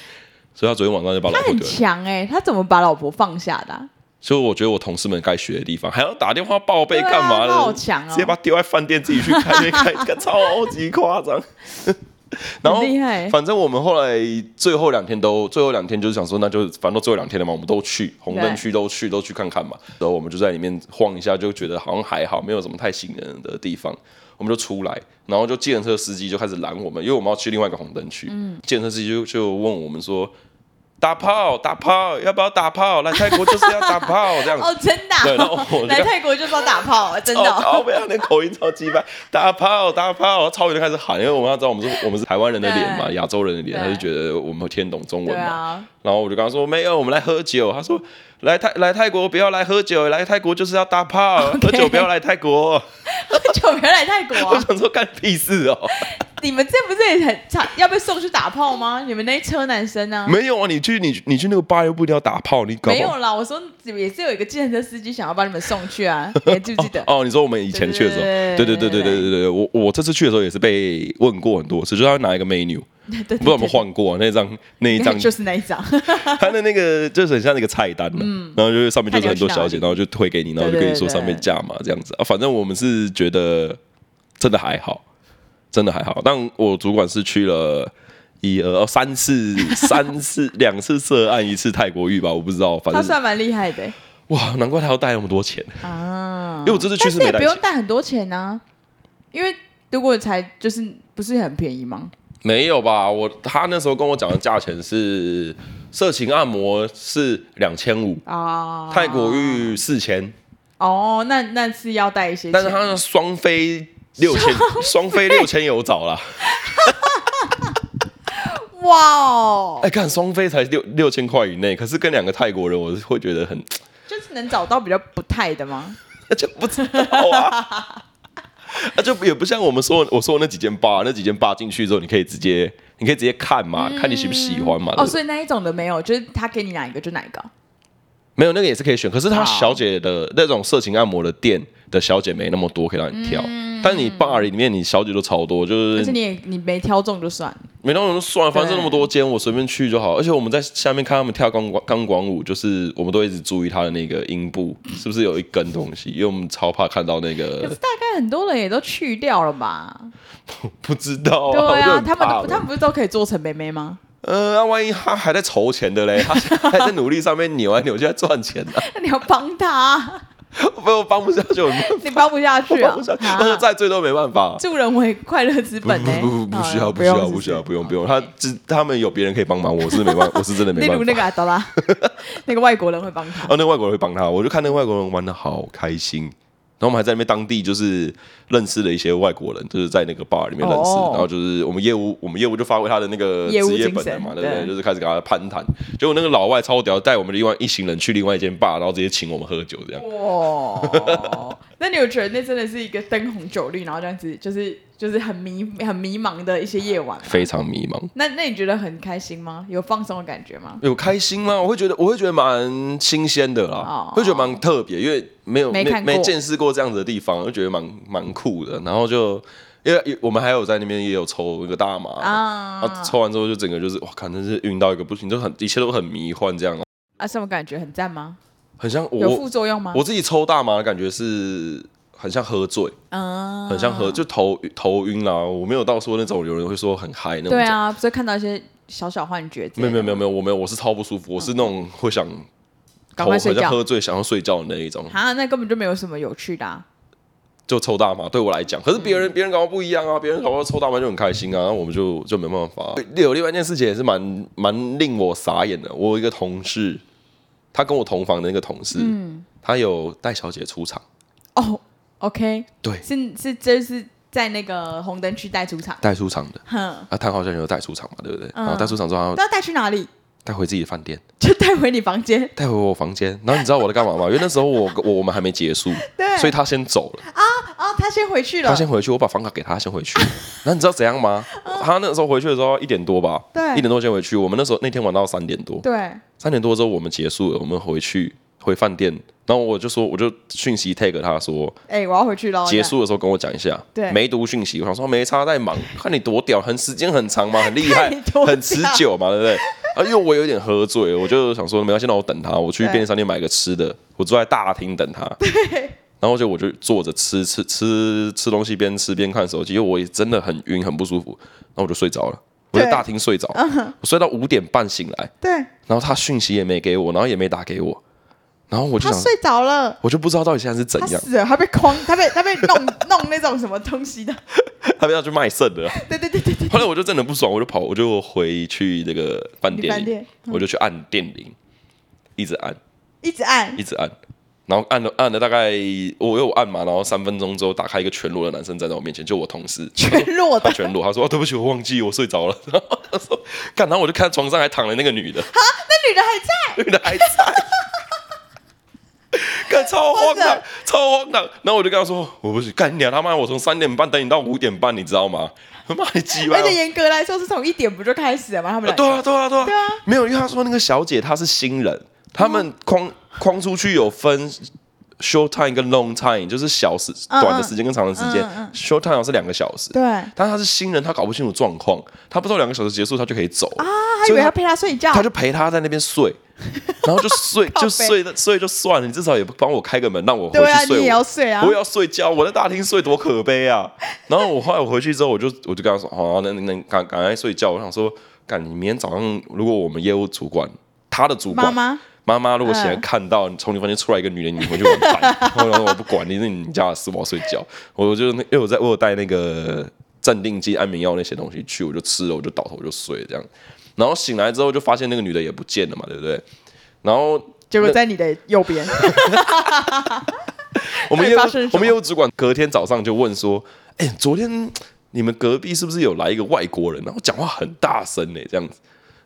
S1: 所以他昨天晚上就把老
S2: 他
S1: 婆
S2: 很
S1: 丢了。
S2: 强哎、他怎么把老婆放下的啊、
S1: 所以我觉得我同事们该学的地方，还要打电话报备
S2: 对啊
S1: 干嘛的？
S2: 他好强哦
S1: 直接把他丢在饭店自己去开那开，看超级夸张。然后
S2: 很厉害
S1: 反正我们后来最后两天都，最后两天就是想说，那就反正都最后两天了嘛，我们都去红灯区都去都去看看嘛。然后我们就在里面晃一下，就觉得好像还好，没有什么太吸引人的地方。我们就出来，然后就计程车司机就开始拦我们，因为我们要去另外一个红灯区。嗯，计程车司机就就问我们说：“打炮，打炮，要不要打炮？来泰国就是要打炮，这样子。
S2: 哦，真的啊、
S1: 对然后我就
S2: 来泰国就说打 炮，真的
S1: 超
S2: 哦、
S1: 超不要，那口音超级白，打炮打炮，超远就开始喊，因为我们要知道我们是我们是台湾人的脸嘛，
S2: 对
S1: 亚洲人的脸，他
S2: 对
S1: 就觉得我们听得懂中
S2: 对
S1: 文嘛。
S2: 啊，
S1: 然后我就跟他说没有，我们来喝酒。他说来泰来泰国不要来喝酒，来泰国就是要打炮
S2: OK
S1: 喝酒不要来泰国。
S2: 久没有来泰国、
S1: 我
S2: 啊，
S1: 想说干屁事哦，
S2: 你们这不是也很常要被送去打炮吗？你们那一车男生呢、
S1: 没有啊，你去你你去那个吧又不一定要打炮，你搞
S2: 没
S1: 不好
S2: 有啦，我说也是有一个计程车司机想要把你们送 去啊，你还记不记得？
S1: 哦哦，你说我们以前去的时候，对
S2: 对
S1: 对对
S2: 对对
S1: 对对对对，我我这次去的时候也是被问过很多次，就是要拿一个 menu，
S2: 对
S1: 不知道我们，换过啊那张那一
S2: 对对
S1: 张
S2: 对就是那一张，
S1: 他的那个就是很像那个菜单嘛，然后就是上面就是很多小姐，然后就推给你，然后就跟你说上面价嘛这样子啊。反正我们是觉得真的还好，真的还好。但我主管是去了一二哦三次三次两次涉案，一次泰国浴吧，我不知道。反
S2: 他
S1: 正
S2: 算蛮厉害的、欸
S1: 哇，难怪他要带那么多钱，
S2: 啊，
S1: 因为我这次去
S2: 但
S1: 是
S2: 是
S1: 没
S2: 也
S1: 带
S2: 不用
S1: 钱，
S2: 带很多钱啊，因为如果才就是不是很便宜吗？
S1: 没有吧？我他那时候跟我讲的价钱是色情按摩是两千五，
S2: 啊，
S1: 泰国浴四千。
S2: 哦，那那是要带一些钱，
S1: 但是他的双飞六千，双飞哦六千有找啦。
S2: 哇哦，
S1: 哎，看双飞才六六千块以内，可是跟两个泰国人，我是会觉得很，
S2: 就是能找到比较不泰的吗？
S1: 那就不知道啊。 那就也不像我们说我说的那几间吧，那几间吧进去之后，你可以直接你可以直接看嘛，看你喜不喜欢嘛。对不
S2: 哦，
S1: 对
S2: 所以那一种的没有，就是他给你哪一个就哪一个。
S1: 没有那个也是可以选，可是他小姐的那种色情按摩的店的小姐没那么多可以让你挑，但你 bar 里面你小姐都超多，就
S2: 嗯而
S1: 是
S2: 且你也你没挑中就算，
S1: 没那种算了，反正那么多间，我随便去就好。而且我们在下面看他们跳钢管钢管舞，就是我们都一直注意他的那个阴部是不是有一根东西，因为我们超怕看到那
S2: 可
S1: 个
S2: 是。大概很多人也都去掉了吧？
S1: 不知道、啊，
S2: 对
S1: 我就
S2: 啊，
S1: 很
S2: 他们
S1: 怕
S2: 都他们不是都可以做成妹妹吗？
S1: 呃，那万一他还在筹钱的嘞，他 还在努力上面扭来扭去在赚钱呢、
S2: 那你要帮他，
S1: 不，我帮不下去，我
S2: 你帮不下去啊
S1: 帮不下去，？但是
S2: 啊
S1: 再最多没办法。
S2: 助人为快乐之
S1: 不
S2: 本呢？
S1: 不不不不需要
S2: 啊
S1: 不需要
S3: 不用
S1: 不需
S3: 是不
S1: 要
S3: 是
S1: 不用不用，他只他们有别人可以帮忙，我是 没办，我是真的没
S2: 例
S1: 办
S2: 如
S1: 法。
S2: 那个阿德拉，那个外国人会帮他。
S1: 哦，那外国人会帮他，我就看那个外国人玩的好开心。然后我们还在那边当地就是认识了一些外国人，就是在那个 bar 里面认识。
S2: 哦
S1: 然后就是我们业务，我们业务就发挥他的那个
S2: 业务
S1: 职业
S2: 精
S1: 本能
S2: 神
S1: 嘛，对不对？
S2: 对
S1: 就是开始跟他攀谈。结果那个老外超屌，带我们另外一行人去另外一间 bar，然后直接请我们喝酒，这样
S2: 哇，那你有觉得那真的是一个灯红酒绿，然后这样子就是就是很迷很迷茫的一些夜晚吗？
S1: 非常迷茫。
S2: 那那你觉得很开心吗？有放松的感觉吗？
S1: 有开心吗？我会觉得，我会觉得蛮新鲜的啦，
S2: 哦
S1: 会觉得蛮特别，因为没有
S2: 没
S1: 没
S2: 看过
S1: 没见识过这样子的地方，我就觉得蛮蛮酷的。然后就因为我们还有在那边也有哦抽那个大麻
S2: 啊
S1: 然后抽完之后就整个就是哇，看真是晕到一个不行，就很一切都很迷幻这样哦，
S2: 啊，什么感觉？很赞吗？
S1: 很像
S2: 有副
S1: 我
S2: 作用吗？
S1: 我自己抽大麻的感觉是很像喝醉，
S2: 啊，
S1: 很像喝、就头头晕啦、我没有到说那种有人会说很嗨那种。
S2: 对啊，所以看到一些小小幻觉之
S1: 没
S2: 类
S1: 有
S2: 的。
S1: 没有没有没有，我没有，我是超不舒服，我是那种会想
S2: 赶快
S1: 头
S2: 睡
S1: 很像
S2: 觉
S1: 喝醉想要睡觉的那一种，
S2: 啊，那根本就没有什么有趣的、啊。
S1: 就抽大麻对我来讲，可是别人别人搞不好不一样啊，别人搞不好抽大麻就很开心啊，然后我们就就没办法啊、有另外一件事情也是蛮蛮令我傻眼的，我有一个同事，他跟我同房的那个同事，他有带小姐出场，
S2: 哦、o k
S1: 对，
S2: 是是，就是在那个红灯区带出场。
S1: 带出场的，
S2: 哼，
S1: 啊，他好像有带出场嘛，对不对？
S2: 嗯
S1: 然后带出场之后，他
S2: 那带去哪里？
S1: 带回自己的饭店，
S2: 就带回你房间。
S1: 带回我房间，然后你知道我在干嘛吗？因为那时候我我我们还没结束，
S2: 对
S1: 所以他先走了。
S2: 哦，他先回去了。
S1: 他先回去，我把房卡给他，他先回去。然后你知道怎样吗？他那时候回去的时候一点多吧，
S2: 对
S1: 一点多先回去。我们那时候那天玩到三点多，
S2: 对，
S1: 三点多之后我们结束了，我们回去回饭店。然后我就说，我就讯息 tag 他说，
S2: 哎、我要回去喽。
S1: 结束的时候跟我讲一下。
S2: 对
S1: 没读讯息，我想说没差，在忙。看你多屌，很时间很长嘛，很厉害
S2: 看你多，屌
S1: 很持久嘛，对不对？啊，因为我有点喝醉，我就想说没关系，那我等他，我去
S2: 对
S1: 便利商店买个吃的，我坐在大厅等他。 然后就我就坐着吃吃吃吃东西，边吃边看手机，因为我也真的很晕，很不舒服，然后我就睡着了。我在
S2: 对嗯
S1: 大厅睡着，我睡到五点半醒来，
S2: 对，对
S1: 然后他讯息也没给我，然后也没打给我，然后我就
S2: 他
S1: 想，
S2: 睡着了。
S1: 我就不知道到底现在是怎
S2: 他
S1: 样，
S2: 死了，他被框，他被他被弄 弄那种什么东西的，
S1: 他们要去卖肾的。
S2: 对对对对对，
S1: 后来我就真的不爽，我就跑，我就回去那个饭
S2: 你
S1: 店
S2: 饭
S1: 里，
S2: 店嗯
S1: 我就去按电铃，一直按，
S2: 一直按
S1: 一直按，然后按了按了大概我有按嘛，然后三分钟之后打开一个全裸的男生站在我面前，就我同 事，
S2: 全裸
S1: 他
S2: 的，
S1: 全裸，他说、哦、对不起，我忘记我睡着了， 然后他说干，然后我就看床上还躺了那个女的，
S2: 那女的还在，
S1: 女的还在。干超荒
S2: 真
S1: 唐
S2: 的，
S1: 超荒唐！然后我就跟他说：“我不是干你娘他妈！我从三点半等你到五点半，你知道吗？他妈你鸡巴！”
S2: 而且严格来说是从一点不就开始了吗？他们
S1: 啊
S2: 俩
S1: 对啊，对啊，对啊，
S2: 对啊嗯
S1: 没有，因为他说那个小姐她是新人，他们框框出去有分 short time 跟 long time，就是小时
S2: 嗯
S1: 短的时间跟长的时间
S2: 嗯嗯。
S1: short time 好像是两个小时，
S2: 对啊，
S1: 但她是新人，她搞不清楚状况，她不知道两个小时结束她就可以走啊，
S2: 他
S1: 所
S2: 以
S1: 以
S2: 为
S1: 他
S2: 要陪他睡觉，
S1: 她就陪她在那边 睡。然后就睡，
S2: 靠
S1: 就
S2: 北
S1: 睡的睡就算了，你至少也帮我开个门，让我回
S2: 对啊
S1: 去睡我。
S2: 你也要睡啊
S1: 我也要睡觉，我在大厅睡多可悲啊！然后我后来我回去之后，我就我就跟他说，好、啊，那那赶赶快睡觉。我想说，赶你明天早上，如果我们业务主管他的主管
S2: 妈妈
S1: 妈妈如果起来
S2: 嗯
S1: 看到你从你房间出来一个女人，你回去完蛋。 然后我说我不管你，是你家的事，我要睡觉。我就那因为我在我有带那个镇定剂、安眠药那些东西去，我就吃了，我就倒头我就睡这样。然后醒来之后就发现那个女的也不见了嘛，对不对？然后
S2: 结果在你的 右边，
S1: 我们
S2: 到
S1: 业
S2: 底
S1: 务
S2: 发生了什么
S1: 我们业务主管隔天早上就问说：“哎、昨天你们隔壁是不是有来一个外国人？然后讲话很大声呢、这样子。”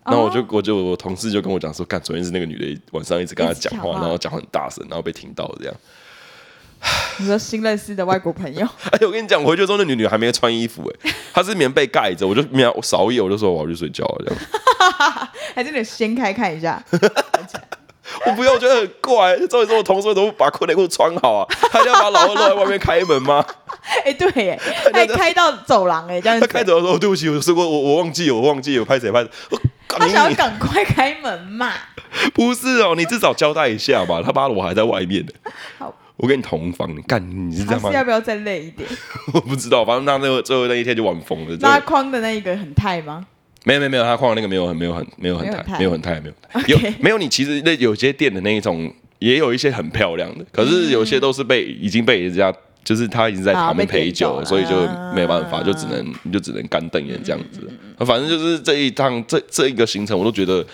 S2: 哦
S1: 然后我就、我就我同事就跟我讲说：“干，昨天是那个女的晚上一直跟她讲
S2: 一直
S1: 话，
S2: 讲话
S1: 然后讲很大声，然后被听到这样。”
S2: 你说新认识的外国朋友，
S1: 而且哎我跟你讲，我回去之后那女女还没穿衣服、哎，她是棉被盖着，我就瞄我扫一眼，我就说我要去睡觉了，这样。
S2: 还真的掀开看一下，
S1: 我不要，我觉 得很怪。重点是我同事都把裤内裤穿好啊，她就要把老二露在外面开门吗？
S2: 哎、对 耶，他还开到走廊哎，这样
S1: 他
S2: 子，
S1: 开头说：“对不起，我是我我我忘记我忘记我拍谁拍谁。”我
S2: 他想
S1: 干
S2: 要
S1: 你
S2: 赶快开门嘛，
S1: 不是哦，你至少交代一下吧。他妈的，我还在外面呢
S2: 好。
S1: 我跟你同房，你干 你是这
S2: 还
S1: 样吗
S2: 是？要不要再累一点？
S1: 我不知道，反正那那个最后那一天就玩疯了。真
S2: 拉
S1: 的
S2: 框的那一个很太吗？
S1: 没有没有没有，他框的那个没有很没有很没有很台，没有
S2: 没有
S1: 很台，没有很台有没有？你其实那有些店的那一种，也有一些很漂亮的，可是有些都是被已经被人家。就是他已经在
S2: 啊
S1: 旁边
S2: 被舔
S1: 陪酒，啊
S2: 走了
S1: 所以就没有办法，就只能你就只能干瞪眼这样子。反正就是这一趟这这一个行程，我都觉得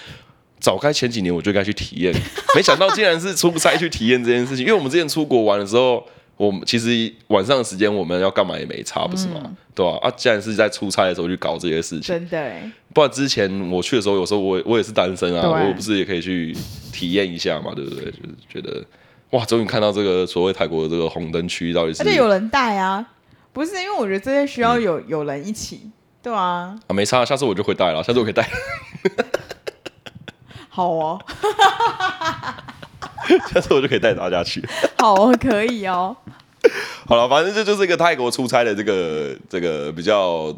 S1: 早该前几年我就该去体 验，没想到竟然是出差去体验这件事情。因为我们之前出国玩的时候，我们其实晚上的时间我们要干嘛也没差，不是吗？对吧、啊？啊，既然是在出差的时候去搞这些事情，
S2: 真的哎，
S1: 不然之前我去的时候，有时候我我也是单身啊，
S4: 对
S1: 我不是也可以去体验一下嘛，对不对？就是觉得哇，终于看到这个所谓泰国的这个红灯区到底是嗯
S2: 而且有人带啊，不是因为我觉得这些需要有、有人一起，对啊，
S1: 啊，没差，下次我就会带了，下次我可以带，
S2: 好哦，
S1: 下次我就可以带大家去。
S2: 好哦，可以哦，
S1: 好了，反正这就是一个泰国出差的这个这个比较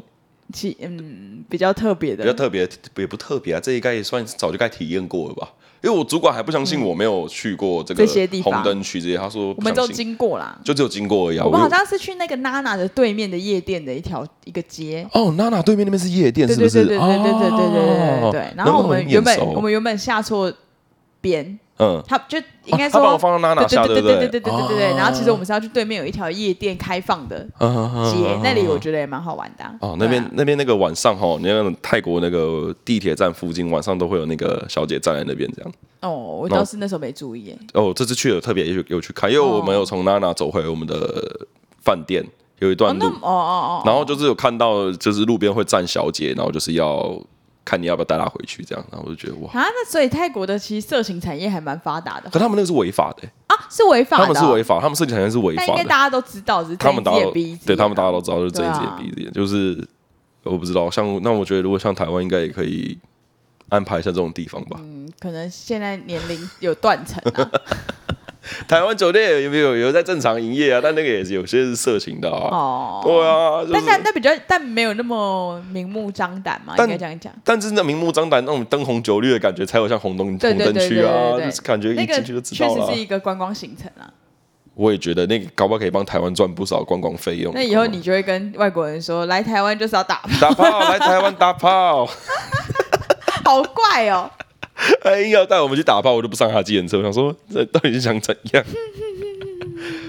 S2: 其嗯比较特别
S1: 比较
S2: 的，
S1: 特别，也不特别啊，这应该也算早就该体验过了吧。因为我主管还不相信我没有去过这个
S2: 嗯这些地方
S1: 红灯区这些，他说
S2: 我
S1: 不
S2: 们都
S1: 相信，
S2: 经过啦。
S1: 就只有经过而已、啊。
S2: 我们
S1: 有
S2: 好像是去那个娜娜的对面的夜店的一条一个街，
S1: 哦，娜娜对面那边是夜店，
S2: 对
S1: 是
S2: 对
S1: 不
S2: 对
S1: 是？
S2: 对对对对对对对对对
S1: 哦。
S2: 然后我们原本
S1: 那很眼熟
S2: 我们原本下错边，
S1: 嗯，
S2: 他就应该
S1: 他把我
S2: 说。
S1: 放到娜娜
S2: 对
S1: 下，
S2: 对对
S1: 不
S2: 对对
S1: 对
S2: 对对对对然后其实我们是要去对面有一条夜店开放的
S1: 哦啊
S2: 街
S1: 姐，
S2: 那里我觉得也蛮好玩的啊。
S1: 哦，那边、
S2: 对啊
S1: 那边那个晚上哈，你看泰国那个地铁站附近晚上都会有那个小姐站在那边这样。
S2: 哦，我倒是那时候没注意耶。
S1: 哦，这次去了特别有有去看，因为我
S2: 哦
S1: 们有从娜娜走回我们的饭店有一
S2: 哦
S1: 段，
S2: 那
S1: 路，
S2: 哦哦哦，
S1: 然后就是有看到就是路边会站小姐，然后就是要看你要不要带她回去这样，然后我就觉得哇，
S2: 啊，那所以泰国的其实色情产业还蛮发达的
S1: 可他们那个是违法的、
S2: 啊，是违法的
S1: 他
S2: 哦，
S1: 们是违法，他们设计产业是违
S2: 但
S1: 法
S2: 应该
S1: 的。
S2: 大家都知道，只是
S1: 他们大
S2: 睁
S1: 家都
S2: 一只眼闭一只
S1: 对
S2: 眼
S1: 他们大家都知道，就是睁
S2: 对
S1: 一
S2: 啊
S1: 只眼闭一只眼，就是我不知道。像那我觉得，如果像台湾，应该也可以安排一下这种地方吧。
S2: 嗯，可能现在年龄有断层啊，
S1: 台湾酒店有没有有在正常营业啊？但那个也是有些是色情的啊。
S2: 哦，
S1: 对啊，就
S2: 但
S1: 是
S2: 是那比较，但没有那么明目张胆嘛，
S1: 但
S2: 应该这样讲。
S1: 但是那明目张胆那种灯红酒绿的感觉，才有像红灯红
S2: 对对
S1: 灯区啊
S2: 对对对，对
S1: 就是感觉一
S2: 那个
S1: 进去就知道
S2: 确
S1: 了
S2: 实
S1: 啊
S2: 是。一个观光行程啊。
S1: 我也觉得那个搞不好可以帮台湾赚不少观光费用。哦
S2: 那以后你就会跟外国人说，来台湾就是要打，
S1: 打炮来台湾打炮，
S2: 好怪哦。
S1: 他哎硬要带我们去打炮，我就不上他计程车。我想说，这到底是想怎 样？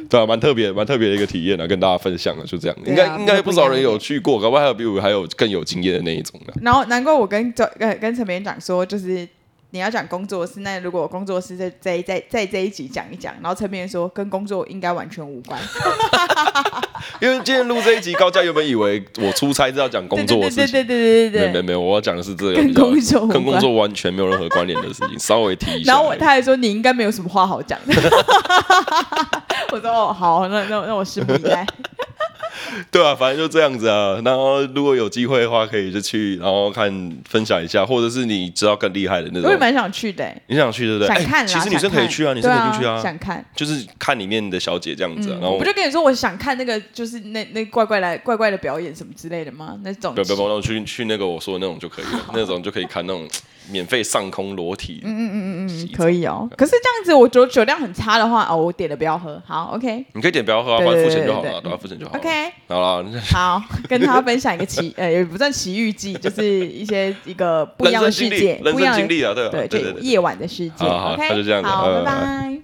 S1: 对啊，蛮特别，蛮特别的一个体验啊，跟大家分享啊，就这样。
S2: 对啊
S1: 应该应该不少人
S2: 比较不一样
S1: 有去过，搞不好还有比我还有更有经验的那一种啊的。
S2: 然后难怪我跟周跟跟陈明讲说，就是你要讲工作室，那如果我工作室在在在在这一集讲一讲，然后陈明说跟工作应该完全无关，
S1: 因为今天录这一集，高嘉原本以为我出差是要讲工作的事
S2: 对
S1: 情，
S2: 对对对
S1: 没
S2: 对对
S1: 没
S2: 对。
S1: 没有，我要讲的是这个
S2: 跟
S1: 比较
S2: 工作无关
S1: 跟工作完全没有任何关联的事情，稍微提一下而已。
S2: 然后我他还说你应该没有什么话好讲， 我说哦好，那那那我拭目 以待。
S1: 对啊，反正就这样子啊。然后如果有机会的话，可以就去，然后看分享一下，或者是你知道更厉害的那
S2: 我也
S1: 种，
S2: 蛮想去的、欸，
S1: 你想去哦对不对？
S2: 想
S1: 哎
S2: 看啦。
S1: 其实女生
S2: 想看
S1: 可以去啊，女生可以进去
S2: 对
S1: 啊。
S2: 想看。
S1: 就是看里面的小姐这样子、啊
S2: 嗯
S1: 然后
S2: 我不就跟你说，我想看那个，就是那那怪怪来怪怪的表演什么之类的吗？那种
S1: 不要不要不要，那我去去那个我说的那种就可以 了，那种就可以看那种免费上空裸体，嗯嗯嗯嗯
S2: 嗯可以哦。可是这样子，我酒酒量很差的话，哦，我点了不要喝。好，OK
S1: 你可以点不要喝啊，
S2: 对
S1: 反正付
S2: 对
S1: 钱就好
S2: 对对
S1: 了，
S2: 对
S1: 对啊，付钱就好了。
S2: OK，
S1: 好啦，那
S2: 好，跟他分享一个奇 呃，也不算奇遇记，就是一些一个不一样的
S1: 人生
S2: 世
S1: 经历
S2: 界，
S1: 人
S2: 不一样
S1: 生
S2: 的
S1: 经历啊，对啊，
S2: 对，
S1: 对对
S2: 就
S1: 对。
S2: 夜晚的世界。
S1: 好好
S2: OK，
S1: 那就这样子呃
S2: 好，
S1: 拜
S2: 拜
S1: 拜
S2: 拜。